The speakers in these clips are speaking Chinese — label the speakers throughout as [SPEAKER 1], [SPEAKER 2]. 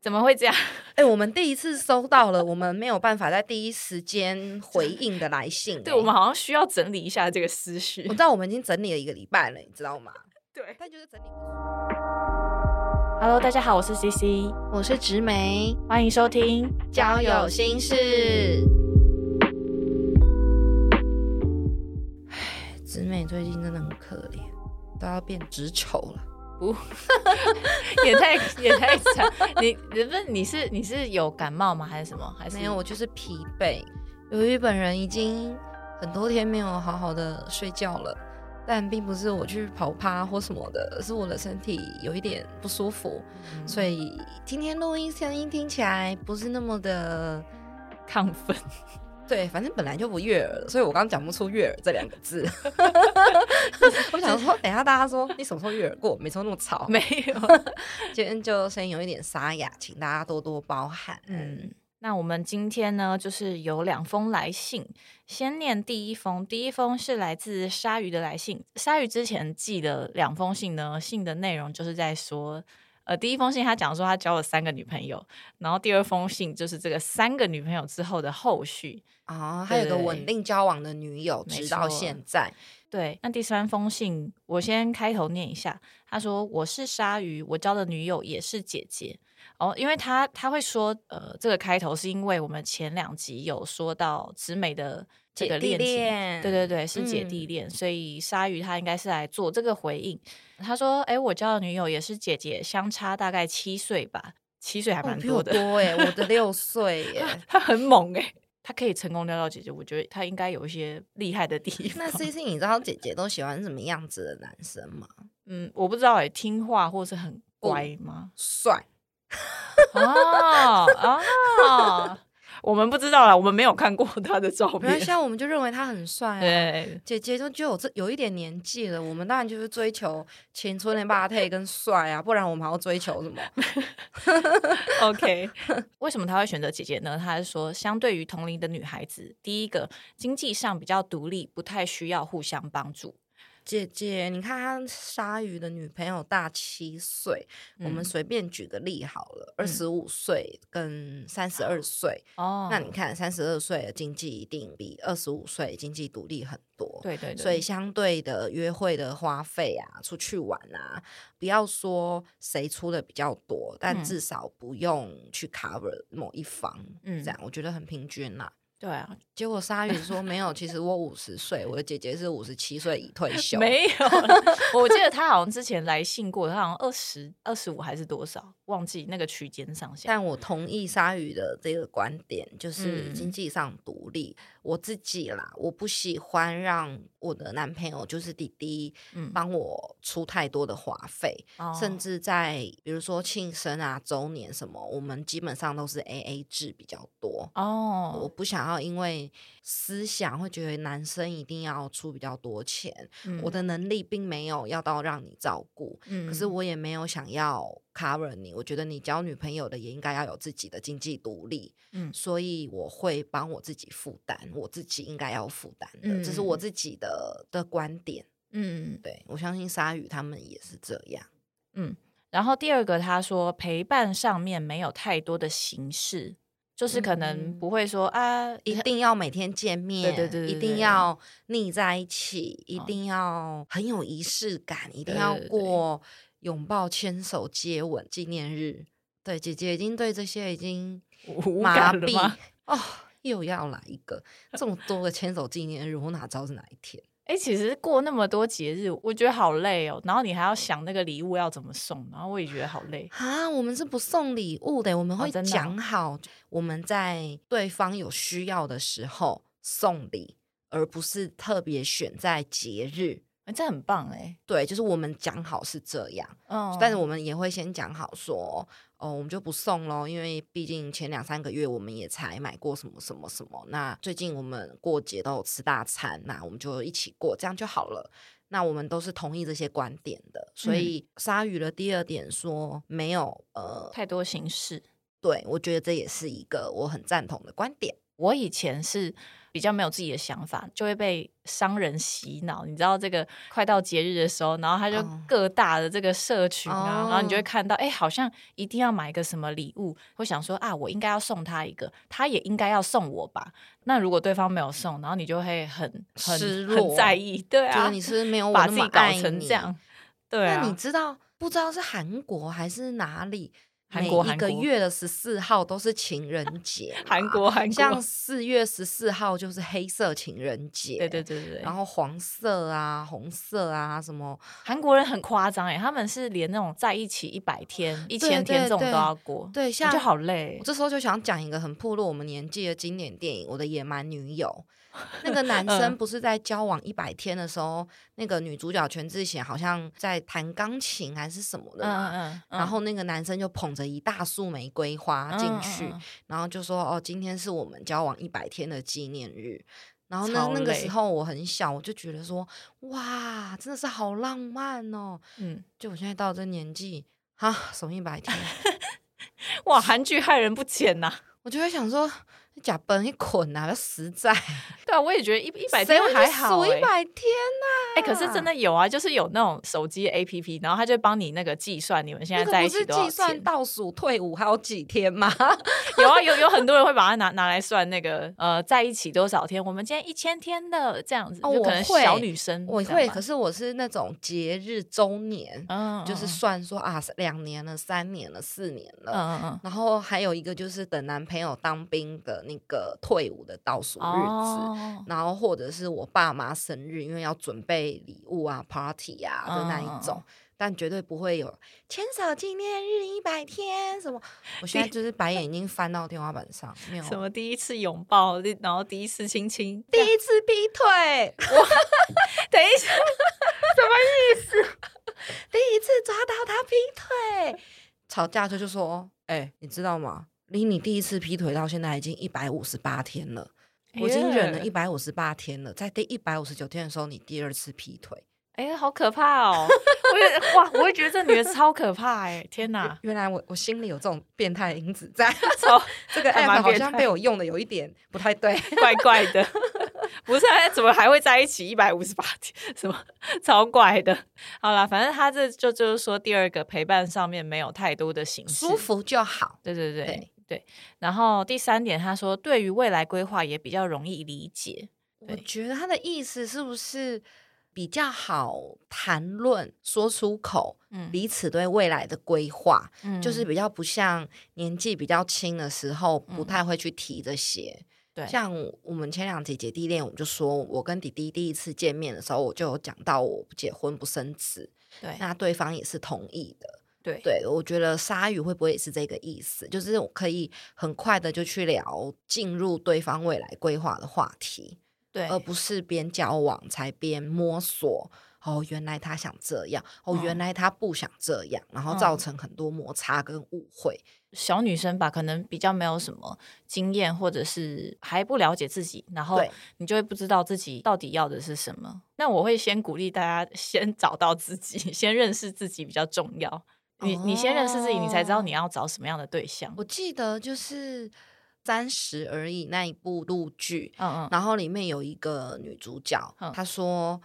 [SPEAKER 1] 怎么会这样？
[SPEAKER 2] 哎、我们第一次收到了，我们没有办法在第一时间回应的来信、哦
[SPEAKER 1] 对我们，好像需要整理一下这个思绪
[SPEAKER 2] 我知。道我们已经整理了一个礼拜了，你知道吗？
[SPEAKER 1] 对
[SPEAKER 2] 但就是整理，
[SPEAKER 1] ，Hello，大家好，我是 CC，
[SPEAKER 2] 我是植梅，
[SPEAKER 1] 欢迎收听。
[SPEAKER 2] 交友心事。唉植美最近真的很可怜，都要变直丑了。
[SPEAKER 1] 也太也太惨，你你不是你是你是有感冒吗？还是什么？还是
[SPEAKER 2] 没有，我就是疲惫。由于本人已经很多天没有好好的睡觉了，但并不是我去跑趴或什么的，是我的身体有一点不舒服，
[SPEAKER 1] 嗯
[SPEAKER 2] 所以今天录音声音听起来不是那么的。
[SPEAKER 1] 亢奋？
[SPEAKER 2] 对，反正本来就不悦耳，所以我刚刚讲不出悦耳这两个字。 我想说，等一下大家说你什么时候悦耳过？没说那么吵。
[SPEAKER 1] 没有。
[SPEAKER 2] 今天就声音有一点沙哑，请大家多多包涵。嗯
[SPEAKER 1] 嗯，那我们今天呢，就是有两封来信，先念第一封。第一封是来自鲨鱼的来信。鲨鱼之前寄的两封信呢，信的内容就是在说，呃，第一封信他讲说他交了三个女朋友，然后第二封信就是这个三个女朋友之后的后续。
[SPEAKER 2] 哦，还有一个
[SPEAKER 1] 对
[SPEAKER 2] 稳定交往的女友，
[SPEAKER 1] 没
[SPEAKER 2] 直到
[SPEAKER 1] 错
[SPEAKER 2] 现在。
[SPEAKER 1] 对，那第三封信我先开头念一下。他说：“我是鲨鱼，我交的女友也是姐姐。”哦，因为他他会说，呃，这个开头是因为我们前两集有说到直美的这个
[SPEAKER 2] 姐
[SPEAKER 1] 恋
[SPEAKER 2] 弟
[SPEAKER 1] 情，
[SPEAKER 2] 恋
[SPEAKER 1] 对对对，是姐弟
[SPEAKER 2] 嗯
[SPEAKER 1] 恋，所以鲨鱼他应该是来做这个回应。他说：“哎，我交的女友也是姐姐，相差大概七岁吧，七岁还
[SPEAKER 2] 哦
[SPEAKER 1] 蛮
[SPEAKER 2] 比我
[SPEAKER 1] 多的，
[SPEAKER 2] 多哎、我的六岁耶、
[SPEAKER 1] 他很猛哎、他可以成功撩到姐姐，我觉得他应该有一些厉害的地方。
[SPEAKER 2] 那 C C，你知道姐姐都喜欢什么样子的男生吗？
[SPEAKER 1] 嗯，我不知道哎、听话或是很乖吗？
[SPEAKER 2] 帅，
[SPEAKER 1] 哦 哦，我们不知道啦，我们没有看过他的照
[SPEAKER 2] 没关系
[SPEAKER 1] 片。
[SPEAKER 2] 啊，我们就认为他很帅、啊。
[SPEAKER 1] 对，
[SPEAKER 2] 姐姐都就有这有一点年纪了，我们当然就是追求青春 的霸体跟帅啊，不然我们还要追求什么？
[SPEAKER 1] OK，为什么他会选择姐姐呢？他是说，相对于同龄的女孩子，第一个经济上比较独立，不太需要互相帮助。
[SPEAKER 2] 姐姐，你看她鲨鱼的女朋友大七岁，我们
[SPEAKER 1] 嗯
[SPEAKER 2] 随便举个例好了，二
[SPEAKER 1] 嗯
[SPEAKER 2] 十五岁跟三十二岁，
[SPEAKER 1] 哦
[SPEAKER 2] 那你看三十二岁的经济一定比二十五岁经济独立很多，
[SPEAKER 1] 对对对，
[SPEAKER 2] 所以相对的约会的花费啊，出去玩啊，不要说谁出的比较多，但
[SPEAKER 1] 嗯
[SPEAKER 2] 至少不用去 cover 某一方，
[SPEAKER 1] 嗯
[SPEAKER 2] 这样我觉得很平均啦。
[SPEAKER 1] 对啊，
[SPEAKER 2] 结果鲨鱼说没有，其实我五十岁，我的姐姐是五十七岁已 退休，
[SPEAKER 1] 没有啦。我记得他好像之前来信过，他好像二十二十五还是多少，忘记那个区间上下。
[SPEAKER 2] 但我同意鲨鱼的这个观点，就是
[SPEAKER 1] 嗯
[SPEAKER 2] 经济上独立。我自己啦，我不喜欢让我的男朋友就是弟弟
[SPEAKER 1] 嗯，
[SPEAKER 2] 帮我出太多的花费，
[SPEAKER 1] 哦
[SPEAKER 2] 甚至在比如说庆生啊、周年什么，我们基本上都是 A A 制比较多。我
[SPEAKER 1] 哦，
[SPEAKER 2] 不想要因为思想会觉得男生一定要出比较多钱，
[SPEAKER 1] 嗯
[SPEAKER 2] 我的能力并没有要到让你照顾，
[SPEAKER 1] 嗯，嗯
[SPEAKER 2] 可是我也没有想要 cover 你，我觉得你交女朋友的也应该要有自己的经济独立，
[SPEAKER 1] 嗯
[SPEAKER 2] 所以我会帮我自己负担，我自己应该要负担的，这是我
[SPEAKER 1] 嗯
[SPEAKER 2] 自己的的观点。
[SPEAKER 1] 嗯，
[SPEAKER 2] 对我相信鲨鱼他们也是这样，
[SPEAKER 1] 然后第二个，他说陪伴上面没有太多的形式，就是可能
[SPEAKER 2] 嗯
[SPEAKER 1] 不会说、啊，
[SPEAKER 2] 一定要每天见面，
[SPEAKER 1] 对对
[SPEAKER 2] 一
[SPEAKER 1] 对
[SPEAKER 2] 定
[SPEAKER 1] 对
[SPEAKER 2] 要腻在一起，一
[SPEAKER 1] 哦
[SPEAKER 2] 定要很有仪式感，一定
[SPEAKER 1] 对
[SPEAKER 2] 要
[SPEAKER 1] 对对
[SPEAKER 2] 过拥抱、牵手、接吻、纪念日。对，姐姐已经对这些已经
[SPEAKER 1] 无
[SPEAKER 2] 麻
[SPEAKER 1] 感了
[SPEAKER 2] 痹
[SPEAKER 1] 吗？
[SPEAKER 2] 哦，又要来一个这么多个牵手纪念日，我哪知道是哪一天？
[SPEAKER 1] 哎、其实过那么多节日，我觉得好累哦。然后你还要想那个礼物要怎么送，然后我也觉得好累。
[SPEAKER 2] 啊，我们是不送礼物的，我们
[SPEAKER 1] 哦
[SPEAKER 2] 会
[SPEAKER 1] 真的哦
[SPEAKER 2] 讲好，我们在对方有需要的时候送礼，而不是特别选在节日。
[SPEAKER 1] 哎、这很棒哎、
[SPEAKER 2] 对，就是我们讲好是这样，
[SPEAKER 1] 嗯，
[SPEAKER 2] 但是我们也会先讲好说，哦，我们就不送喽，因为毕竟前两三个月我们也才买过什么什么什么，那最近我们过节都有吃大餐，那我们就一起过，这样就好了。那我们都是同意这些观点的，所
[SPEAKER 1] 嗯
[SPEAKER 2] 以鲨鱼的第二点说没有，呃，
[SPEAKER 1] 太多形式。
[SPEAKER 2] 对我觉得这也是一个我很赞同的观点。
[SPEAKER 1] 我以前是比较没有自己的想法，就会被商人洗脑。你知道这个快到节日的时候，然后他就
[SPEAKER 2] 哦
[SPEAKER 1] 各大的这个社群啊，然后你就会看到，哎、好像一定要买一个什么礼物，会想说啊，我应该要送他一个，他也应该要送我吧。那如果对方没有送，然后你就会很很
[SPEAKER 2] 失
[SPEAKER 1] 很
[SPEAKER 2] 落
[SPEAKER 1] 在意，对
[SPEAKER 2] 觉
[SPEAKER 1] 啊，
[SPEAKER 2] 得你是不是没有我
[SPEAKER 1] 把
[SPEAKER 2] 那
[SPEAKER 1] 自
[SPEAKER 2] 么
[SPEAKER 1] 己搞
[SPEAKER 2] 爱
[SPEAKER 1] 成
[SPEAKER 2] 你
[SPEAKER 1] 这样。，对啊，
[SPEAKER 2] 那你知道不知道是韩国还是哪里？
[SPEAKER 1] 韩国
[SPEAKER 2] 每一
[SPEAKER 1] 韩
[SPEAKER 2] 个
[SPEAKER 1] 国，
[SPEAKER 2] 月的十四号都是情人节
[SPEAKER 1] 韩。 国韩国，
[SPEAKER 2] 像四月十四号就是黑色情人节，
[SPEAKER 1] 对对对对对，
[SPEAKER 2] 然后黄色啊、红色啊什么，
[SPEAKER 1] 韩国人很夸张哎，他们是连那种在一起一百天、一千天
[SPEAKER 2] 对
[SPEAKER 1] 这种都
[SPEAKER 2] 对
[SPEAKER 1] 要过，
[SPEAKER 2] 对，
[SPEAKER 1] 我
[SPEAKER 2] 像
[SPEAKER 1] 觉得好累
[SPEAKER 2] 我。这时候就想讲一个很暴露我们年纪的经典电影《我的野蛮女友》。 那个男
[SPEAKER 1] 嗯
[SPEAKER 2] 生不是在交往一百天的时候，那个女主角全智贤好像在弹钢琴还是什么的
[SPEAKER 1] 嗯
[SPEAKER 2] 嘛，
[SPEAKER 1] 嗯嗯嗯，
[SPEAKER 2] 然后那个男生就捧着一大束玫瑰花
[SPEAKER 1] 嗯
[SPEAKER 2] 进
[SPEAKER 1] 嗯
[SPEAKER 2] 去，
[SPEAKER 1] 嗯
[SPEAKER 2] 然后就说：“哦，今天是我们交往一百天的纪念日。”然后那
[SPEAKER 1] 超
[SPEAKER 2] 那个
[SPEAKER 1] 累
[SPEAKER 2] 时候我很小，我就觉得说：“哇，真的是好浪漫哦
[SPEAKER 1] 嗯！”
[SPEAKER 2] 就我现在到这年纪，哈，什么一百天，
[SPEAKER 1] 哇，韩剧害人不浅呐、
[SPEAKER 2] 我就会想说，假崩一捆啊，要实在，
[SPEAKER 1] 对啊，我也觉得一一百
[SPEAKER 2] 谁
[SPEAKER 1] 天
[SPEAKER 2] 会去
[SPEAKER 1] 还好
[SPEAKER 2] 数
[SPEAKER 1] 哎、
[SPEAKER 2] 一百天
[SPEAKER 1] 哎、可是真的有啊，就是有那种手机 A P P，然后他就帮你那个计算你们现
[SPEAKER 2] 那
[SPEAKER 1] 在
[SPEAKER 2] 个
[SPEAKER 1] 在一
[SPEAKER 2] 不
[SPEAKER 1] 起
[SPEAKER 2] 是
[SPEAKER 1] 多少
[SPEAKER 2] 计算
[SPEAKER 1] 钱。
[SPEAKER 2] 倒数退伍还有几 天吗？
[SPEAKER 1] 有啊，有有很多人会把它拿拿来算那个呃，在一起多少天？我们今天一千天的这样子，
[SPEAKER 2] 哦
[SPEAKER 1] 就
[SPEAKER 2] 我
[SPEAKER 1] 可能
[SPEAKER 2] 会
[SPEAKER 1] 小女生
[SPEAKER 2] 我
[SPEAKER 1] 这样
[SPEAKER 2] 会，
[SPEAKER 1] 吧
[SPEAKER 2] 可是我是那种节日周年，
[SPEAKER 1] 嗯，
[SPEAKER 2] 就是
[SPEAKER 1] 嗯
[SPEAKER 2] 算说啊，两年了、三年了、四年了。
[SPEAKER 1] 嗯嗯嗯，
[SPEAKER 2] 然后还有一个就是等男朋友当兵的那个退伍的倒数日子，
[SPEAKER 1] 嗯哦
[SPEAKER 2] 然后或者是我爸妈生日，因为要准备礼物啊、party 啊的那一种，
[SPEAKER 1] 嗯
[SPEAKER 2] 但绝对不会有牵手纪念日一百天什么。我现在就是白眼已经翻到天花板上，没有
[SPEAKER 1] 什么第一次拥抱，然后第一次亲亲，
[SPEAKER 2] 第一次劈腿，
[SPEAKER 1] 等一下，
[SPEAKER 2] 第一次抓到他劈腿，吵架就就说，哎、你知道吗？离你第一次劈腿到现在已经一百五十八天了。
[SPEAKER 1] 哎
[SPEAKER 2] 我已经 忍了一百五十八天了，在第一百五十九天的时候，你第二次劈腿。
[SPEAKER 1] 哎、好可怕哦！ 我也哇，我会觉得这女的超可怕哎、天哪，
[SPEAKER 2] 原来我我心里有这种变态因子 在，
[SPEAKER 1] 超
[SPEAKER 2] 这个
[SPEAKER 1] 还
[SPEAKER 2] app
[SPEAKER 1] 蛮
[SPEAKER 2] 好
[SPEAKER 1] 变态
[SPEAKER 2] 像被我用的有一点不太对。
[SPEAKER 1] 怪怪的。 不是，哎怎么还会在一起一百五十八天？什么超怪的？好啦，反正他这就就是说，第二个陪伴上面没有太多的形式，
[SPEAKER 2] 舒服就好。
[SPEAKER 1] 对对对对
[SPEAKER 2] 对
[SPEAKER 1] 然后第三点，他说对于未来规划也比较容易理解。对
[SPEAKER 2] 我觉得他的意思是不是比较好谈论、说出口，
[SPEAKER 1] 嗯
[SPEAKER 2] 彼此对未来的规划，
[SPEAKER 1] 嗯
[SPEAKER 2] 就是比较不像年纪比较轻的时候，不
[SPEAKER 1] 嗯
[SPEAKER 2] 太会去提这些。
[SPEAKER 1] 对
[SPEAKER 2] 像我们前两集姐弟恋，我们就说我跟弟弟第一次见面的时候，我就有讲到我不结婚不生子，
[SPEAKER 1] 对
[SPEAKER 2] 那对方也是同意的。
[SPEAKER 1] 对
[SPEAKER 2] 对，我觉得鲨鱼会不会也是这个意思？就是我可以很快的就去聊进入对方未来规划的话题，
[SPEAKER 1] 对
[SPEAKER 2] 而不是边交往才边摸索。哦，原来他想这样，哦，原
[SPEAKER 1] 嗯
[SPEAKER 2] 来他不想这样，然后造成很多摩擦跟误会。
[SPEAKER 1] 小女生吧，可能比较没有什么经验，或者是还不了解自己，然后
[SPEAKER 2] 对
[SPEAKER 1] 你就会不知道自己到底要的是什么。那我会先鼓励大家先找到自己， 先认识自己比较重要。你你先认识自己，你才知道你要找什么样的对象。
[SPEAKER 2] 我记得就是《三十而已》那一部陆剧，
[SPEAKER 1] 嗯嗯，
[SPEAKER 2] 然后里面有一个女主角
[SPEAKER 1] 嗯，
[SPEAKER 2] 她说：“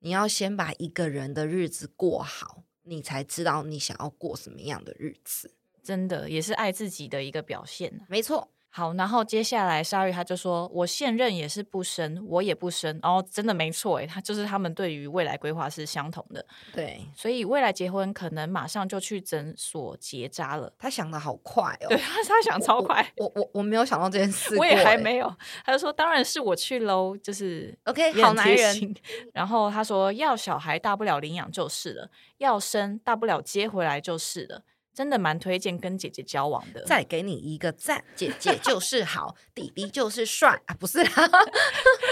[SPEAKER 2] 你要先把一个人的日子过好，你才知道你想要过什么样的日子。
[SPEAKER 1] 真的也是爱自己的一个表现啊”
[SPEAKER 2] 没错，
[SPEAKER 1] 好，然后接下来鲨鱼他就说：“我现任也是不生，我也不生。”哦，真的没错诶，他就是他们对于未来规划是相同的，
[SPEAKER 2] 对
[SPEAKER 1] 所以未来结婚可能马上就去诊所结扎了。
[SPEAKER 2] 她想的好快哦
[SPEAKER 1] 对，他他想超快，
[SPEAKER 2] 我我我没有想到这件事过
[SPEAKER 1] 我
[SPEAKER 2] 欸，
[SPEAKER 1] 也还没有。他就说当然是我去喽，就是。
[SPEAKER 2] OK，
[SPEAKER 1] 也
[SPEAKER 2] 好
[SPEAKER 1] 很
[SPEAKER 2] 男
[SPEAKER 1] 贴
[SPEAKER 2] 人，
[SPEAKER 1] 心。然后他说要小孩大不了领养就是了，要生大不了接回来就是了。真的蛮推荐跟姐姐交往的。
[SPEAKER 2] 再给你一个赞，姐姐就是好，弟弟就是帅啊，不是 啦，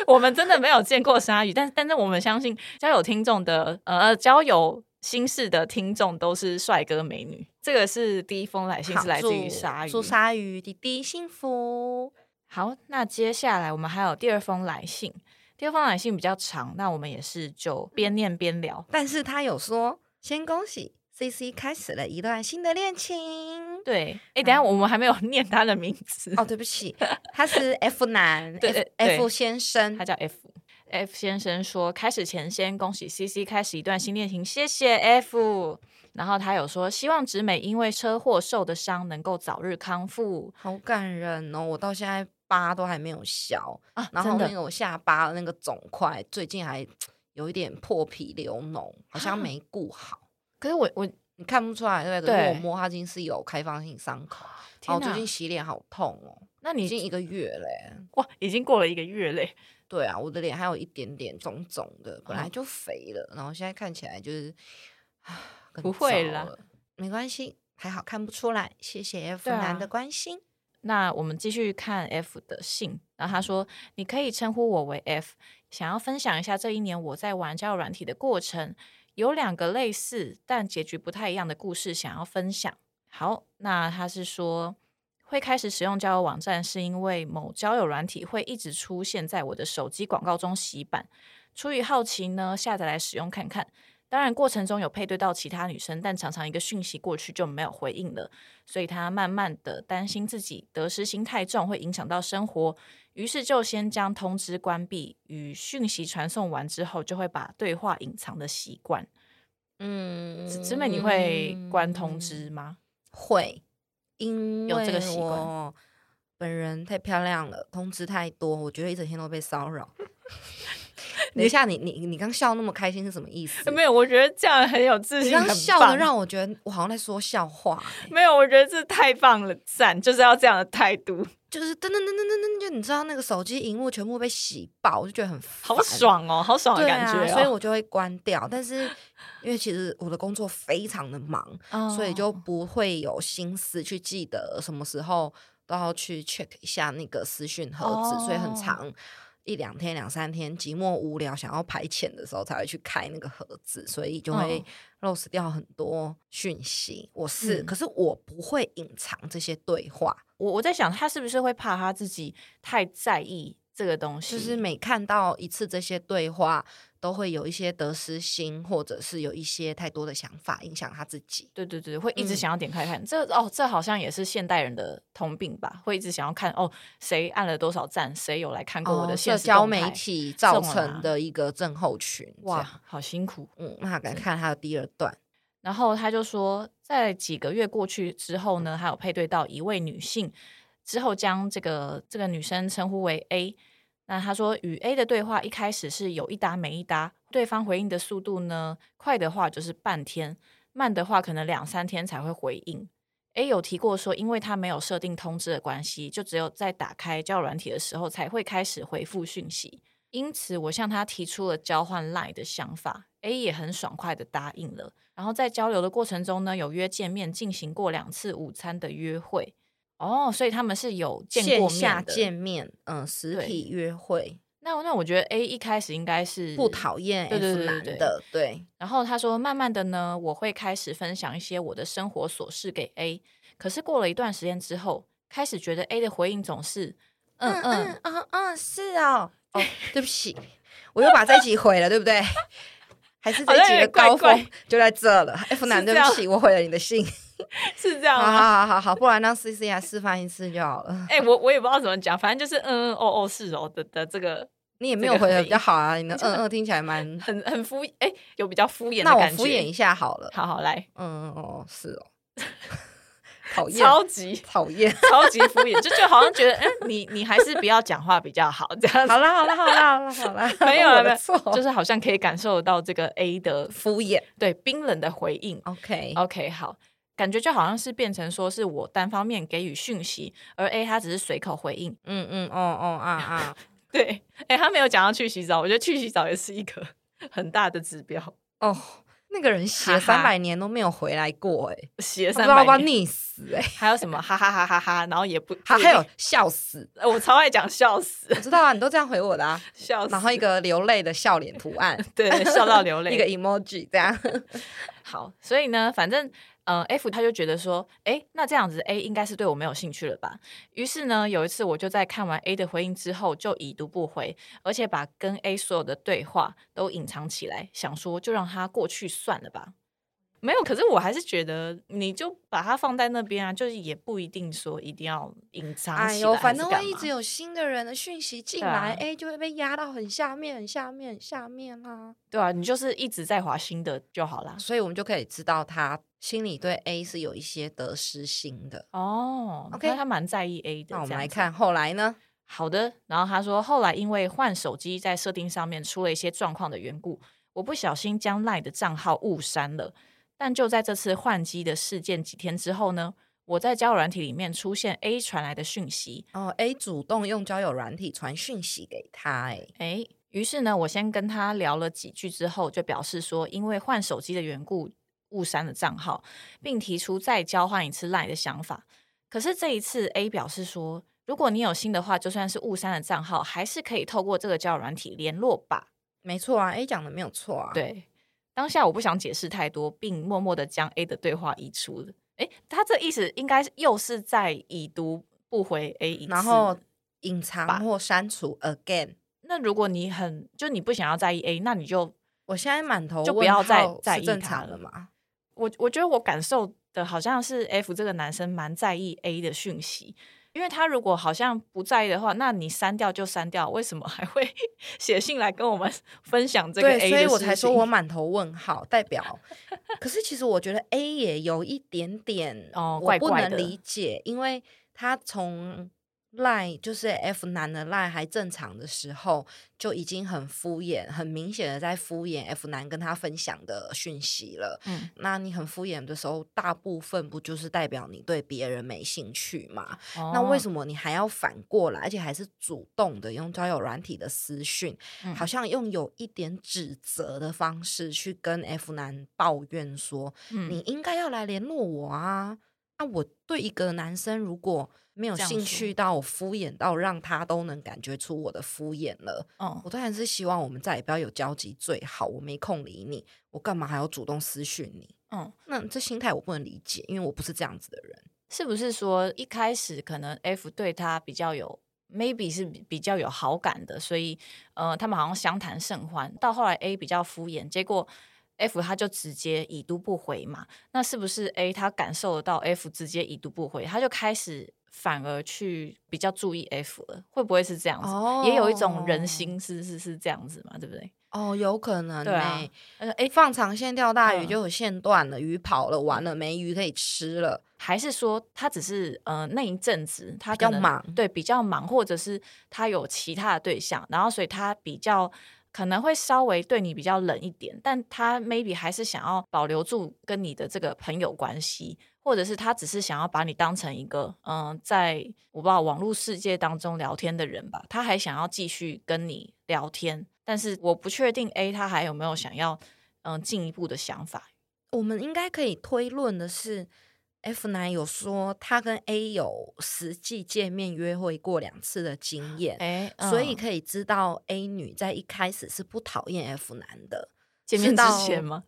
[SPEAKER 1] 我们真的没有见过鲨鱼，但但是我们相信交友听众的呃交友心事的听众都是帅哥美女。这个是第一封来信
[SPEAKER 2] 好
[SPEAKER 1] 是来自于
[SPEAKER 2] 祝
[SPEAKER 1] 鲨鱼，
[SPEAKER 2] 祝鲨鱼弟弟幸福。
[SPEAKER 1] 好，那接下来我们还有第二封来信。第二封来信比较长，那我们也是就边念边聊。
[SPEAKER 2] 但是他有说，先恭喜 C C 开始了一段新的恋情。
[SPEAKER 1] 对，哎、等一下我们还没有 念他的名字，
[SPEAKER 2] 嗯哦，对不起，他是 F 男
[SPEAKER 1] 对
[SPEAKER 2] F
[SPEAKER 1] 对
[SPEAKER 2] F 先生
[SPEAKER 1] 他，叫 F。F 先生说：“开始前先恭喜 CC 开始一段新恋情，谢谢 F。”然后他有说：“希望直美因为车祸受的伤能够早日康复
[SPEAKER 2] 好感人哦！我到现在疤都还没有消，
[SPEAKER 1] 啊！”
[SPEAKER 2] 然
[SPEAKER 1] 真
[SPEAKER 2] 后那
[SPEAKER 1] 的，
[SPEAKER 2] 个我下巴那个肿块最近还有一点破皮流脓，好像
[SPEAKER 1] 啊
[SPEAKER 2] 没顾好，
[SPEAKER 1] 可是我我
[SPEAKER 2] 你看不出来对不对？可是我
[SPEAKER 1] 对
[SPEAKER 2] 摸它已经是有开放性伤口，然
[SPEAKER 1] 天
[SPEAKER 2] 哦后我最
[SPEAKER 1] 哪，
[SPEAKER 2] 近洗脸好痛哦，
[SPEAKER 1] 那
[SPEAKER 2] 已
[SPEAKER 1] 你
[SPEAKER 2] 经一个月嘞。
[SPEAKER 1] 哇，已经过了一个月嘞，
[SPEAKER 2] 对啊，我的脸还有一点点肿肿的，本来
[SPEAKER 1] 嗯
[SPEAKER 2] 就肥了，然后现在看起来就是，啊更
[SPEAKER 1] 不会
[SPEAKER 2] 糟
[SPEAKER 1] 啦
[SPEAKER 2] 了，没关系，还好看不出来，谢谢 F
[SPEAKER 1] 对啊
[SPEAKER 2] 男的关心。
[SPEAKER 1] 那我们继续看 F 的信，然后他说：“你可以称呼我为 F，想要分享一下这一年我在玩交友软体的过程，有两个类似但结局不太一样的故事想要分享。”好，那他是说会开始使用交友网站，是因为某交友软体会一直出现在我的手机广告中洗版，出于好奇呢，下载来使用看看。当然，过程中有配对到其他女生，但常常一个讯息过去就没有回应了。所以他慢慢的担心自己得失心太重会影响到生活，于是就先将通知关闭，与讯息传送完之后，就会把对话隐藏的习惯。
[SPEAKER 2] 嗯
[SPEAKER 1] 子美，你会关通知吗？
[SPEAKER 2] 会，嗯因
[SPEAKER 1] 有这个
[SPEAKER 2] 为
[SPEAKER 1] 习惯
[SPEAKER 2] 我本人太漂亮了，通知太多，我觉得一整天都被骚扰。 等一下，你你你刚笑那么开心是什么意思？
[SPEAKER 1] 有，我觉得这样很有自
[SPEAKER 2] 你刚笑的让我觉得我好像在说笑话欸、
[SPEAKER 1] 没有，我觉得这太棒了，赞，就是要这样的态度，
[SPEAKER 2] 就是噔噔噔噔噔噔，就你知道那个手机荧幕全部被洗爆，我就觉得很烦
[SPEAKER 1] 好爽哦，好爽的
[SPEAKER 2] 对
[SPEAKER 1] 感觉、哦
[SPEAKER 2] 啊，所以我就会关掉。但是因为其实我的工作非常的忙，
[SPEAKER 1] 我
[SPEAKER 2] 所以就不会有心思去记得什么时候都要去 check 一下那个私讯盒子，所以很
[SPEAKER 1] 哦
[SPEAKER 2] 长一两天、两三天寂寞无聊想要排遣的时候才会去开那个盒子，所以就会
[SPEAKER 1] 嗯
[SPEAKER 2] lose 掉很多讯息。我是，
[SPEAKER 1] 嗯
[SPEAKER 2] 可是我不会隐藏这些对话，
[SPEAKER 1] 我我在想，他是不是会怕他自己太在意这个东西？
[SPEAKER 2] 就是每看到一次这些对话，都会有一些得失心，或者是有一些太多的想法影响他自己。
[SPEAKER 1] 对对对，会一直
[SPEAKER 2] 嗯
[SPEAKER 1] 想要点开看。这哦，这好像也是现代人的通病吧，会一直想要看哦，谁按了多少赞，谁有来看过我的
[SPEAKER 2] 哦
[SPEAKER 1] 现
[SPEAKER 2] 社
[SPEAKER 1] 实
[SPEAKER 2] 交
[SPEAKER 1] 动
[SPEAKER 2] 媒
[SPEAKER 1] 态
[SPEAKER 2] 体造
[SPEAKER 1] 送
[SPEAKER 2] 成
[SPEAKER 1] 啦
[SPEAKER 2] 的一个症候群，
[SPEAKER 1] 哇
[SPEAKER 2] 哇，，
[SPEAKER 1] 好辛苦。
[SPEAKER 2] 嗯，那他敢看他的第二段，
[SPEAKER 1] 然后他就说，在几个月过去之后呢，还有配对到一位女性，之后将这个这个女生称呼为 A。那他说，与 A 的对话一开始是有一搭没一搭，对方回应的速度呢，快的话就是半天，慢的话可能两三天才会回应。A 有提过说，因为他没有设定通知的关系，就只有在打开交友软体的时候才会开始回复讯息。因此，我向他提出了交换 LINE 的想法，A 也很爽快的答应了。然后在交流的过程中呢，有约见面，进行过两次午餐的约会。哦，所以他们是有见
[SPEAKER 2] 线
[SPEAKER 1] 过面
[SPEAKER 2] 下
[SPEAKER 1] 的
[SPEAKER 2] 见面，嗯，实
[SPEAKER 1] 对
[SPEAKER 2] 体约会，
[SPEAKER 1] 那那我觉得 A 一开始应该是
[SPEAKER 2] 不讨厌
[SPEAKER 1] 对
[SPEAKER 2] F
[SPEAKER 1] 对对
[SPEAKER 2] 男
[SPEAKER 1] 对对
[SPEAKER 2] 的，对，
[SPEAKER 1] 然后他说，慢慢的呢，我会开始分享一些我的生活琐事给 A。可是过了一段时间之后，开始觉得 A 的回应总是嗯嗯
[SPEAKER 2] 嗯嗯嗯，是 哦，哦，对不起，我又把这一集毁了，对不对？ 还是这一
[SPEAKER 1] 好像
[SPEAKER 2] 集
[SPEAKER 1] 有
[SPEAKER 2] 的
[SPEAKER 1] 点怪
[SPEAKER 2] 高峰
[SPEAKER 1] 哦怪
[SPEAKER 2] 就在这了，F 男，对
[SPEAKER 1] 这
[SPEAKER 2] 不
[SPEAKER 1] 样
[SPEAKER 2] 起，我毁了你的信。
[SPEAKER 1] 是这样
[SPEAKER 2] 好
[SPEAKER 1] 吗？
[SPEAKER 2] 好好好好，不然让 C C 来示范一次就好了。
[SPEAKER 1] 哎、我我也不知道怎么讲，反正就是嗯嗯哦哦是哦的的这个
[SPEAKER 2] 你也没
[SPEAKER 1] 这
[SPEAKER 2] 有
[SPEAKER 1] 个
[SPEAKER 2] 回的
[SPEAKER 1] 可
[SPEAKER 2] 比较
[SPEAKER 1] 以
[SPEAKER 2] 好啊，你的嗯嗯听起来蛮……
[SPEAKER 1] 很很敷哎、有比较敷衍的
[SPEAKER 2] 那我
[SPEAKER 1] 感觉。
[SPEAKER 2] 敷衍一下好了。
[SPEAKER 1] 好好来，
[SPEAKER 2] 嗯哦，是哦， 讨厌，
[SPEAKER 1] 超 级
[SPEAKER 2] 讨厌。
[SPEAKER 1] 超级敷衍，就就好像觉得嗯你你还是不要讲话比较好这样子，
[SPEAKER 2] 好啦好啦好啦好啦好啦，
[SPEAKER 1] 没有
[SPEAKER 2] 我
[SPEAKER 1] 了没
[SPEAKER 2] 的
[SPEAKER 1] 有
[SPEAKER 2] 错，
[SPEAKER 1] 就是是好像可以感受到这个 A 的
[SPEAKER 2] 敷衍。
[SPEAKER 1] 对冰冷的回应。
[SPEAKER 2] OK，
[SPEAKER 1] OK，好，感觉就好像是变成说是我单方面给予讯息，而 A 他只是随口回应。
[SPEAKER 2] 嗯嗯哦哦啊啊，
[SPEAKER 1] 对，哎、他没有讲要去洗澡，我觉得去洗澡也是一个 很大的指标。
[SPEAKER 2] 哦，那个人写
[SPEAKER 1] 哈哈
[SPEAKER 2] 三百年都没有回来过，哎，
[SPEAKER 1] 洗了
[SPEAKER 2] 不知
[SPEAKER 1] 三
[SPEAKER 2] 道要不要
[SPEAKER 1] 百年，
[SPEAKER 2] 溺 死哎，
[SPEAKER 1] 还有什么哈哈哈哈哈，然后也不，
[SPEAKER 2] 还
[SPEAKER 1] 不
[SPEAKER 2] 还有
[SPEAKER 1] 一定
[SPEAKER 2] 笑死，
[SPEAKER 1] 呃我超爱讲笑死
[SPEAKER 2] 我知道啊，你都这样回我的 啊。
[SPEAKER 1] 笑死，
[SPEAKER 2] 然后一个流泪的笑脸图案，
[SPEAKER 1] 对对笑到流泪
[SPEAKER 2] 一个 emoji 这样。
[SPEAKER 1] 好，所以呢，反正呃，F 他就觉得说，诶，那这样子 A 应该是对我没有兴趣了吧？于是呢，有一次我就在看完 A 的回应之后，就已读不回，而且把跟 A 所有的对话都隐藏起来，想说就让它过去算了吧。没有，可是我还是觉得，你就把它放在那边啊，就是也不一定说一定要隐藏起来。
[SPEAKER 2] 哎呦，反正
[SPEAKER 1] 会
[SPEAKER 2] 会一直有新的人的讯息进
[SPEAKER 1] 对啊
[SPEAKER 2] 来，哎、就会被压到很下面、很下面、很下面啦、
[SPEAKER 1] 对啊，你就是一直在划新的就好啦。
[SPEAKER 2] 所以我们就可以知道他心里对 A 是有一些得失心的。
[SPEAKER 1] 哦
[SPEAKER 2] OK
[SPEAKER 1] 那他蛮在意 A 的。
[SPEAKER 2] 那我
[SPEAKER 1] 这
[SPEAKER 2] 们
[SPEAKER 1] 样
[SPEAKER 2] 来
[SPEAKER 1] 子
[SPEAKER 2] 看后来呢？
[SPEAKER 1] 好的，然后他说，后来因为换手机在设定上面出了一些状况的缘故，我不小心将 LINE 的账号误删了。但就在这次换机的事件几天之后呢，我在交友软体里面出现 A 传来的讯息，
[SPEAKER 2] 哦，A 主动用交友软体传讯息给他、哎，
[SPEAKER 1] 诶，于是呢，我先跟他聊了几句之后，就表示说，因为换手机的缘故，误删了账号，并提出再交换一次 LINE 的想法。可是这一次，A 表示说，如果你有心的话，就算是误删了账号，还是可以透过这个交友软体联络吧。
[SPEAKER 2] 没错啊，A 讲的没有错啊。，
[SPEAKER 1] 对，当下我不想解释太多，并默默的将 A 的对话移除了。诶，他这意思应该是又是在已读不回 A 一次，
[SPEAKER 2] 然后隐
[SPEAKER 1] 吧
[SPEAKER 2] 藏或删除 again。
[SPEAKER 1] 那如果你很就你不想要在意 A，那你就
[SPEAKER 2] 我现在满头
[SPEAKER 1] 就不
[SPEAKER 2] 问
[SPEAKER 1] 要再
[SPEAKER 2] 号是
[SPEAKER 1] 在意
[SPEAKER 2] 正
[SPEAKER 1] 他
[SPEAKER 2] 常
[SPEAKER 1] 了
[SPEAKER 2] 的嘛。
[SPEAKER 1] 我我觉得我感受的好像是 F 这个男生蛮在意 A 的讯息，因为他如果好像不在意的话，那你删掉就删掉，为什么还会 写信来跟我们 分享这个 A 的
[SPEAKER 2] 对，
[SPEAKER 1] 事情？
[SPEAKER 2] 所以我才说我满头问号，代表。可是其实我觉得 A 也有一点点
[SPEAKER 1] 哦
[SPEAKER 2] 我
[SPEAKER 1] 怪
[SPEAKER 2] 不
[SPEAKER 1] 怪
[SPEAKER 2] 能
[SPEAKER 1] 的
[SPEAKER 2] 理解，因为他从赖就是 F 男的赖还正常的时候，就已经很敷衍，很明显的在敷衍 F 男跟他分享的讯息了。
[SPEAKER 1] 嗯，
[SPEAKER 2] 那你很敷衍的时候，大部分不就是代表你对别人没兴趣嘛？那
[SPEAKER 1] 那
[SPEAKER 2] 为什么你还要反过来，而且还是主动的用交友软体的私讯，
[SPEAKER 1] 嗯
[SPEAKER 2] 好像用有一点指责的方式去跟 F 男抱怨说，
[SPEAKER 1] 么
[SPEAKER 2] 你应该要来联络我啊？那我对一个男生如果没有
[SPEAKER 1] 这样
[SPEAKER 2] 兴
[SPEAKER 1] 说
[SPEAKER 2] 趣到我敷衍到让他都能感觉出我的敷衍了，
[SPEAKER 1] 嗯
[SPEAKER 2] 我当然是希望我们再也不要有交集最好。我没空理你，我干嘛还要主动私讯你？
[SPEAKER 1] 嗯，
[SPEAKER 2] 那这心态我不能理解，因为我不是这样子的人。
[SPEAKER 1] 是不是说一开始可能 F 对他比较有 maybe 是比比较有好感的，所以呃他们好像相谈甚欢，到后来 A 比较敷衍，结果。F 他就直接已读不回嘛，那是不是 A 他感受得到 F 直接已读不回，他就开始反而去比较注意 F 了，会不会是这样子？
[SPEAKER 2] 哦
[SPEAKER 1] 也有一种人心是是是这样子嘛，对不对？
[SPEAKER 2] 哦，有可能
[SPEAKER 1] 对
[SPEAKER 2] 呢、
[SPEAKER 1] 啊呃，哎，
[SPEAKER 2] 放长线钓大鱼
[SPEAKER 1] 嗯
[SPEAKER 2] 就有线断了，鱼跑了，完了没鱼可以吃了。
[SPEAKER 1] 还是说他只是呃那一阵子他
[SPEAKER 2] 比较
[SPEAKER 1] 可能
[SPEAKER 2] 忙
[SPEAKER 1] 对，比较忙，或者是他有其他的对象，然后所以他比较可能会稍微对你比较冷一点，但他 maybe 还是想要保留住跟你的这个朋友关系，或者是他只是想要把你当成一个嗯、呃在我不知道网络世界当中聊天的人吧，他还想要继续跟你聊天，但是我不确定 A 他还有没有想要嗯、呃进一步的想法，
[SPEAKER 2] 我们应该可以推论的是，F 男有说他跟 A 有实际见面约会过两次的经验，
[SPEAKER 1] 哎、
[SPEAKER 2] 所以
[SPEAKER 1] 嗯
[SPEAKER 2] 可以知道 A 女在一开始是不讨厌 F 男的。
[SPEAKER 1] 见
[SPEAKER 2] 知
[SPEAKER 1] 面之
[SPEAKER 2] 道
[SPEAKER 1] 前吗？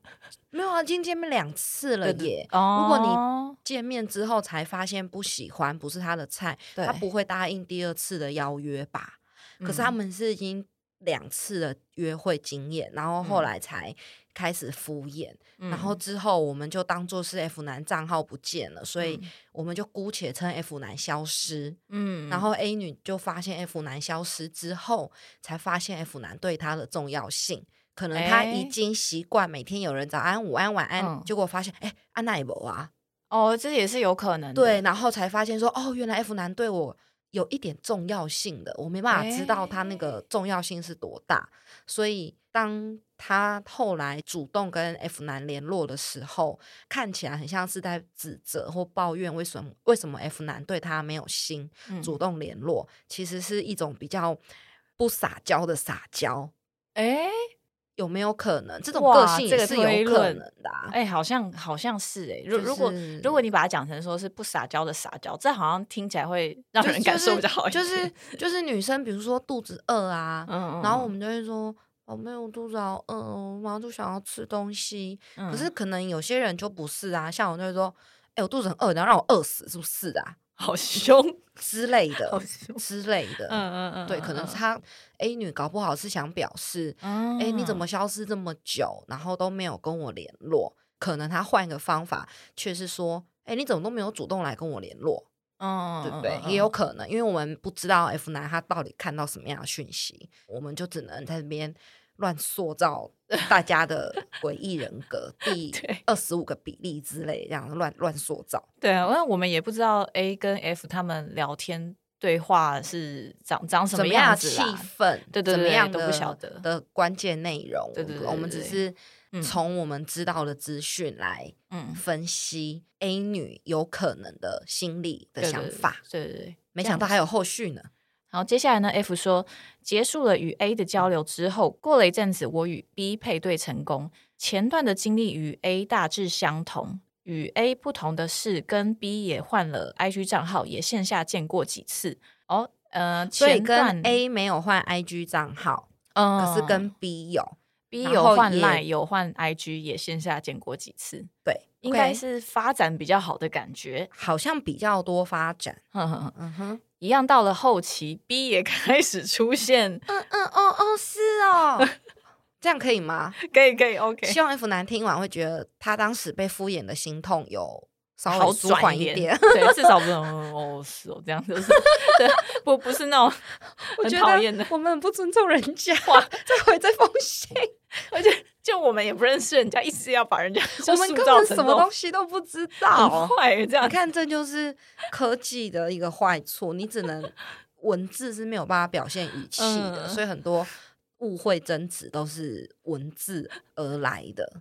[SPEAKER 2] 没有啊，已经见面两次了
[SPEAKER 1] 对对
[SPEAKER 2] 耶。
[SPEAKER 1] 哦
[SPEAKER 2] 如果你见面之后才发现不喜欢，不是他的菜，
[SPEAKER 1] 对
[SPEAKER 2] 他不会答应第二次的邀约吧？可是他
[SPEAKER 1] 嗯
[SPEAKER 2] 们是已经两次的约会经验，然后后
[SPEAKER 1] 嗯
[SPEAKER 2] 来才开始敷衍，然后
[SPEAKER 1] 嗯
[SPEAKER 2] 之后我们就当做是 F 男账号不见了，所以
[SPEAKER 1] 嗯
[SPEAKER 2] 我们就姑且称 F 男消失。
[SPEAKER 1] 嗯
[SPEAKER 2] 然后 A 女就发现 F 男消失之后，才发现 F 男对她的重要性。可能她已
[SPEAKER 1] 哎
[SPEAKER 2] 经习惯每天有人早安、午安、晚安，
[SPEAKER 1] 嗯
[SPEAKER 2] 结果发现哎，安娜也没啊，
[SPEAKER 1] 哦，这也是有可能的。
[SPEAKER 2] 对，然后才发现说哦，原来 F 男对我有一点重要性的，我没办法知道他那个重要性是多大。所以当他后来主动跟 F 男联络的时候，看起来很像是在指责或抱怨为什么为什么 F 男对他没有心，
[SPEAKER 1] 嗯，
[SPEAKER 2] 主动联络，其实是一种比较不撒娇的撒娇，
[SPEAKER 1] 哎
[SPEAKER 2] 有没有可能？这种
[SPEAKER 1] 哇
[SPEAKER 2] 个性
[SPEAKER 1] 这
[SPEAKER 2] 也
[SPEAKER 1] 个
[SPEAKER 2] 是
[SPEAKER 1] 推
[SPEAKER 2] 有可
[SPEAKER 1] 论
[SPEAKER 2] 能的、啊。
[SPEAKER 1] 哎，好像好像是哎、如、
[SPEAKER 2] 就
[SPEAKER 1] 如果
[SPEAKER 2] 是
[SPEAKER 1] 如果你把它讲成说是不撒娇的撒娇，这好像听起来会让
[SPEAKER 2] 就是
[SPEAKER 1] 人感受比较好一
[SPEAKER 2] 就
[SPEAKER 1] 点。
[SPEAKER 2] 是就是女生，比如说肚子饿啊，
[SPEAKER 1] 嗯，嗯
[SPEAKER 2] 然后我
[SPEAKER 1] 嗯
[SPEAKER 2] 们就会说。哦，没有肚子好饿哦，我马上就想要吃东西。可是
[SPEAKER 1] 嗯
[SPEAKER 2] 可能有些人就不是啊，像我就会说，哎、我肚子很饿，你要让我饿死是不是啊？
[SPEAKER 1] 好凶，
[SPEAKER 2] 之类
[SPEAKER 1] 好
[SPEAKER 2] 的，
[SPEAKER 1] 凶。
[SPEAKER 2] 之类 的。
[SPEAKER 1] 嗯嗯嗯，
[SPEAKER 2] 对，可能
[SPEAKER 1] 嗯，
[SPEAKER 2] 她 A 女搞不好是想表示，
[SPEAKER 1] 嗯
[SPEAKER 2] 哎、你怎么？消失这么久，然后都没有跟我联络？可能他换一个方法，却是说，哎，你怎么都没有主动来跟我联络，
[SPEAKER 1] 嗯，
[SPEAKER 2] 对不
[SPEAKER 1] 嗯
[SPEAKER 2] 对？
[SPEAKER 1] 嗯
[SPEAKER 2] 也有可能，因为我们不知道 F 男他到底看到什么样的讯息，我们就只能在那边乱塑造大家的诡异人 格，第
[SPEAKER 1] 对
[SPEAKER 2] 二十五个比例之类，这样乱乱塑造。
[SPEAKER 1] 对啊，因为我们也不知道 A 跟 F 他们聊天对话是长长什
[SPEAKER 2] 怎
[SPEAKER 1] 么
[SPEAKER 2] 么样的
[SPEAKER 1] 子
[SPEAKER 2] 气
[SPEAKER 1] 啦。
[SPEAKER 2] 氛，
[SPEAKER 1] 对对
[SPEAKER 2] 怎么
[SPEAKER 1] 对
[SPEAKER 2] 样
[SPEAKER 1] 都不
[SPEAKER 2] 的
[SPEAKER 1] 晓得
[SPEAKER 2] 的关键内容，
[SPEAKER 1] 对对对
[SPEAKER 2] 我们
[SPEAKER 1] 对对
[SPEAKER 2] 只是
[SPEAKER 1] 嗯
[SPEAKER 2] 从我们知道的资讯来
[SPEAKER 1] 嗯，
[SPEAKER 2] 分析 A 女有可能的心理的
[SPEAKER 1] 对
[SPEAKER 2] 想法。，
[SPEAKER 1] 对对对对对。
[SPEAKER 2] 没想到还有后续呢，
[SPEAKER 1] 好，接下来呢？F 说，结束了与 A 的交流之后，过了一阵子，我与 B 配对成功。前段的经历与 A 大致相同，与 A 不同的是，跟 B 也换了 IG 账号，也线下见过几次。哦，呃，
[SPEAKER 2] 所以
[SPEAKER 1] 前段
[SPEAKER 2] 跟 A 没有换 IG 账号，
[SPEAKER 1] 嗯
[SPEAKER 2] 可是跟 B 有。
[SPEAKER 1] B
[SPEAKER 2] 然
[SPEAKER 1] 有
[SPEAKER 2] 后
[SPEAKER 1] 换
[SPEAKER 2] 也
[SPEAKER 1] Line，有换 IG，也线下见过几次，
[SPEAKER 2] 对，
[SPEAKER 1] 应该
[SPEAKER 2] OK，
[SPEAKER 1] 是发展比较好的感觉。
[SPEAKER 2] 好像比较多发展。
[SPEAKER 1] 哼哼哼，
[SPEAKER 2] 嗯哼，
[SPEAKER 1] 一样到了后期，B 也开始出现，
[SPEAKER 2] 嗯嗯哦哦是 哦，这样可以吗？
[SPEAKER 1] 可以可以，OK，
[SPEAKER 2] 希望 F 男听完会觉得他当时被敷衍的心痛有稍微
[SPEAKER 1] 好
[SPEAKER 2] 舒
[SPEAKER 1] 转
[SPEAKER 2] 缓
[SPEAKER 1] 一
[SPEAKER 2] 一
[SPEAKER 1] 点。
[SPEAKER 2] 点，
[SPEAKER 1] 对，至少不能嗯哦是哦这样，就是对，不不是那种
[SPEAKER 2] 我
[SPEAKER 1] 很
[SPEAKER 2] 觉
[SPEAKER 1] 讨厌
[SPEAKER 2] 得
[SPEAKER 1] 的，
[SPEAKER 2] 我们很不尊重人家，哇，这回这封信，
[SPEAKER 1] 而且就我们也不认识人家，一直要把人家就
[SPEAKER 2] 我们
[SPEAKER 1] 塑
[SPEAKER 2] 根
[SPEAKER 1] 造
[SPEAKER 2] 本
[SPEAKER 1] 成
[SPEAKER 2] 什么
[SPEAKER 1] 那
[SPEAKER 2] 东
[SPEAKER 1] 种
[SPEAKER 2] 西都不知
[SPEAKER 1] 很
[SPEAKER 2] 道。哦
[SPEAKER 1] 坏这
[SPEAKER 2] 你
[SPEAKER 1] 样。
[SPEAKER 2] 看，这就是科技的一个坏处，你只 能文字是没有办法表现语气的，
[SPEAKER 1] 嗯
[SPEAKER 2] 所以很多误会争执都是文字而来的。
[SPEAKER 1] 哦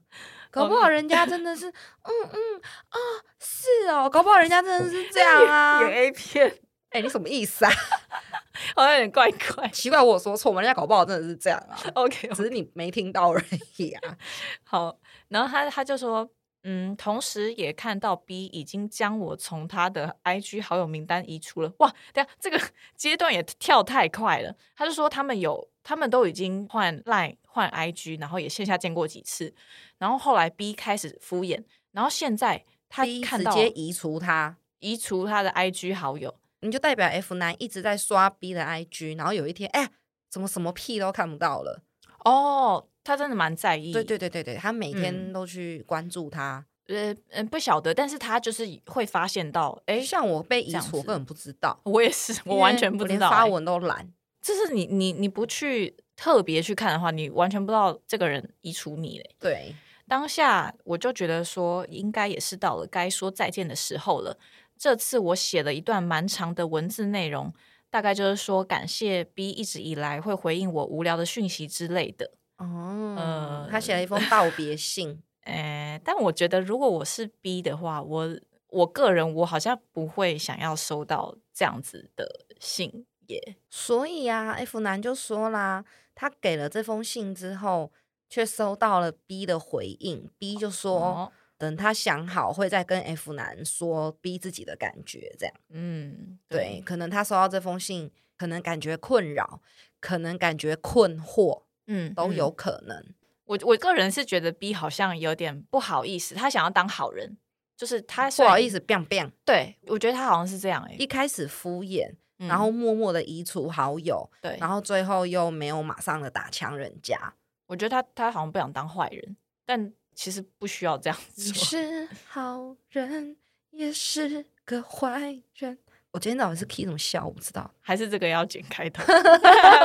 [SPEAKER 2] 搞不好人家真的是，嗯嗯啊、是哦，搞不好人家真的是这样啊。
[SPEAKER 1] 演 A 片
[SPEAKER 2] 哎、你什么意思啊？
[SPEAKER 1] 好像有点怪怪。
[SPEAKER 2] 奇怪，我有说错吗？人家搞不好真的是这样啊，
[SPEAKER 1] OK，
[SPEAKER 2] 只是你没听到而已啊。
[SPEAKER 1] 好，然后他他就说，嗯，同时也看到 B 已经将我从他的 IG 好友名单移除了。哇，对啊，这个 阶段也跳太快了。他就说他们有，他们都已经换 Line 换 IG，然后也线下见过几次，然后后来 B 开始敷衍，然后现在 他
[SPEAKER 2] B
[SPEAKER 1] 看
[SPEAKER 2] 直
[SPEAKER 1] 到
[SPEAKER 2] 接移除他，
[SPEAKER 1] 移除他的 IG 好友，
[SPEAKER 2] 你就代表 F 男一直在刷 B 的 IG，然后有一天，哎、怎么什么屁都看不到了？
[SPEAKER 1] 哦，他真的蛮在意，
[SPEAKER 2] 对对对对对，他每
[SPEAKER 1] 嗯
[SPEAKER 2] 天都去关注他。
[SPEAKER 1] 呃嗯，不晓得，但是他就是会发现到，哎、
[SPEAKER 2] 像我被
[SPEAKER 1] 这
[SPEAKER 2] 移
[SPEAKER 1] 样子
[SPEAKER 2] 除，我根本不知道，
[SPEAKER 1] 我也是，我
[SPEAKER 2] 因
[SPEAKER 1] 完
[SPEAKER 2] 为
[SPEAKER 1] 全不
[SPEAKER 2] 我
[SPEAKER 1] 知
[SPEAKER 2] 连
[SPEAKER 1] 道、哎
[SPEAKER 2] 发
[SPEAKER 1] 诶
[SPEAKER 2] 文都懒。
[SPEAKER 1] 就是你你你不去特别去看的话，你完全不知道这个人移除你嘞。
[SPEAKER 2] 对，
[SPEAKER 1] 当下我就觉得说，应该也是到了该说再见的时候了。这次我写了一段蛮长的文字内容，大概就是说感谢 B 一直以来会回应我无聊的讯息之类的。
[SPEAKER 2] 哦
[SPEAKER 1] 呃，
[SPEAKER 2] 他写了一封道别信，
[SPEAKER 1] 诶，但我觉得如果我是 B 的话，我我个人我好像不会想要收到这样子的信耶。
[SPEAKER 2] 所以啊，F 男就说啦，他给了这封信之后，却收到了 B 的回应，B 就说。
[SPEAKER 1] 哦
[SPEAKER 2] 等他想好，会再跟 F 男说逼自己的感觉，这样
[SPEAKER 1] 嗯，
[SPEAKER 2] 对。可能他收到这封信，可能感觉困扰，可能感觉困惑，
[SPEAKER 1] 嗯，
[SPEAKER 2] 都
[SPEAKER 1] 嗯
[SPEAKER 2] 有可能。
[SPEAKER 1] 我我个人是觉得 B 好像有点不好意思，他想要当好人，就是他
[SPEAKER 2] 不
[SPEAKER 1] 虽然
[SPEAKER 2] 好意，思，biang biang，
[SPEAKER 1] 对我觉得他好像是这样哎、
[SPEAKER 2] 一开始敷衍，
[SPEAKER 1] 嗯
[SPEAKER 2] 然后默默的移除好友，
[SPEAKER 1] 对，
[SPEAKER 2] 然后最后又没有马上的打枪人家。
[SPEAKER 1] 我觉得他他好像不想当坏人，但其实不需要这样
[SPEAKER 2] 你
[SPEAKER 1] 做。
[SPEAKER 2] 是好人，也是个坏人。我今天早上是 key 怎么笑，我不知 道，
[SPEAKER 1] 还是这个要剪开 头，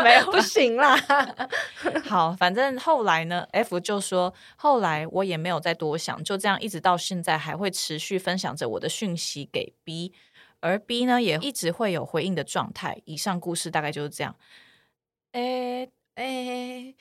[SPEAKER 1] 没有
[SPEAKER 2] 不行啦。
[SPEAKER 1] 好，反正后来呢，F 就说，后来我也没有再多想，就这样一直到现在还会持续分享着我的讯息给 B，而 B 呢也一直会有回应的状态。以上故事大概就是这样。诶，
[SPEAKER 2] 哎、